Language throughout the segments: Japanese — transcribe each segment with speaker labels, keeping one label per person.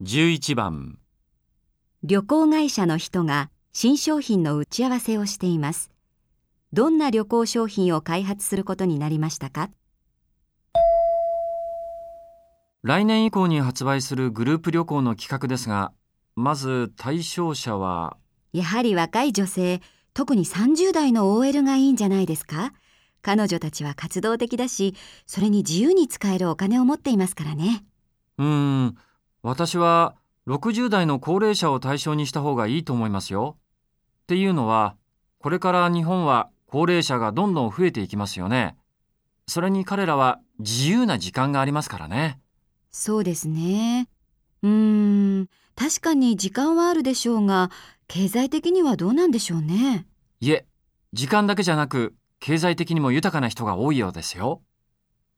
Speaker 1: 11番
Speaker 2: 旅行会社の人が新商品の打ち合わせをしています。どんな旅行商品を開発することになりましたか
Speaker 1: 来年以降に発売するグループ旅行の企画ですがまず対象者は
Speaker 2: やはり若い女性、特に30代の OL がいいんじゃないですか彼女たちは活動的だし、それに自由に使えるお金を持っていますからね。
Speaker 1: うーん私は60代の高齢者を対象にした方がいいと思いますよ。っていうのはこれから日本は高齢者がどんどん増えていきますよね。それに彼らは自由な時間がありますからね。
Speaker 2: そうですね。うーん、確かに時間はあるでしょうが、経済的にはどうなんでしょうね。
Speaker 1: いえ、時間だけじゃなく、経済的にも豊かな人が多いようですよ。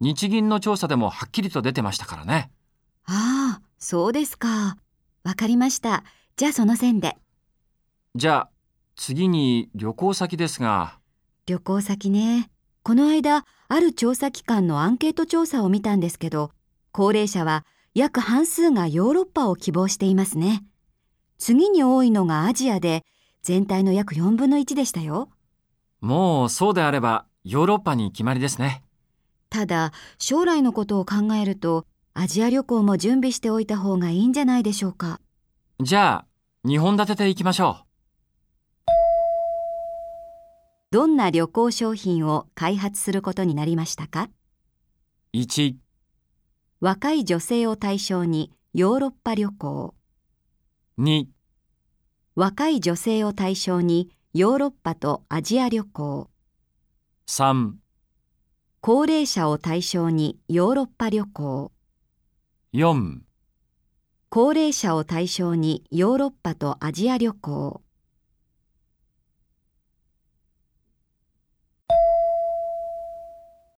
Speaker 1: 日銀の調査でもはっきりと出てましたからね。
Speaker 2: ああ、そうですか。わかりました。じゃあその線で。
Speaker 1: じゃあ、次に旅行先ですが、
Speaker 2: 旅行先ね。この間、ある調査機関のアンケート調査を見たんですけど、高齢者は約半数がヨーロッパを希望していますね。次に多いのがアジアで、全体の約4分の1でしたよ。
Speaker 1: もうそうであればヨーロッパに決まりですね。
Speaker 2: ただ、将来のことを考えると、アジア旅行も準備しておいた方がいいんじゃないでしょうか。
Speaker 1: じゃあ、2本立てていきましょう。
Speaker 2: どんな旅行商品を開発することになりましたか
Speaker 1: 1、
Speaker 2: 若い女性を対象にヨーロッパ旅行。
Speaker 1: 2、
Speaker 2: 若い女性を対象にヨーロッパとアジア旅行。
Speaker 1: 3、
Speaker 2: 高齢者を対象にヨーロッパ旅行。
Speaker 1: 4。
Speaker 2: 高齢者を対象にヨーロッパとアジア旅行。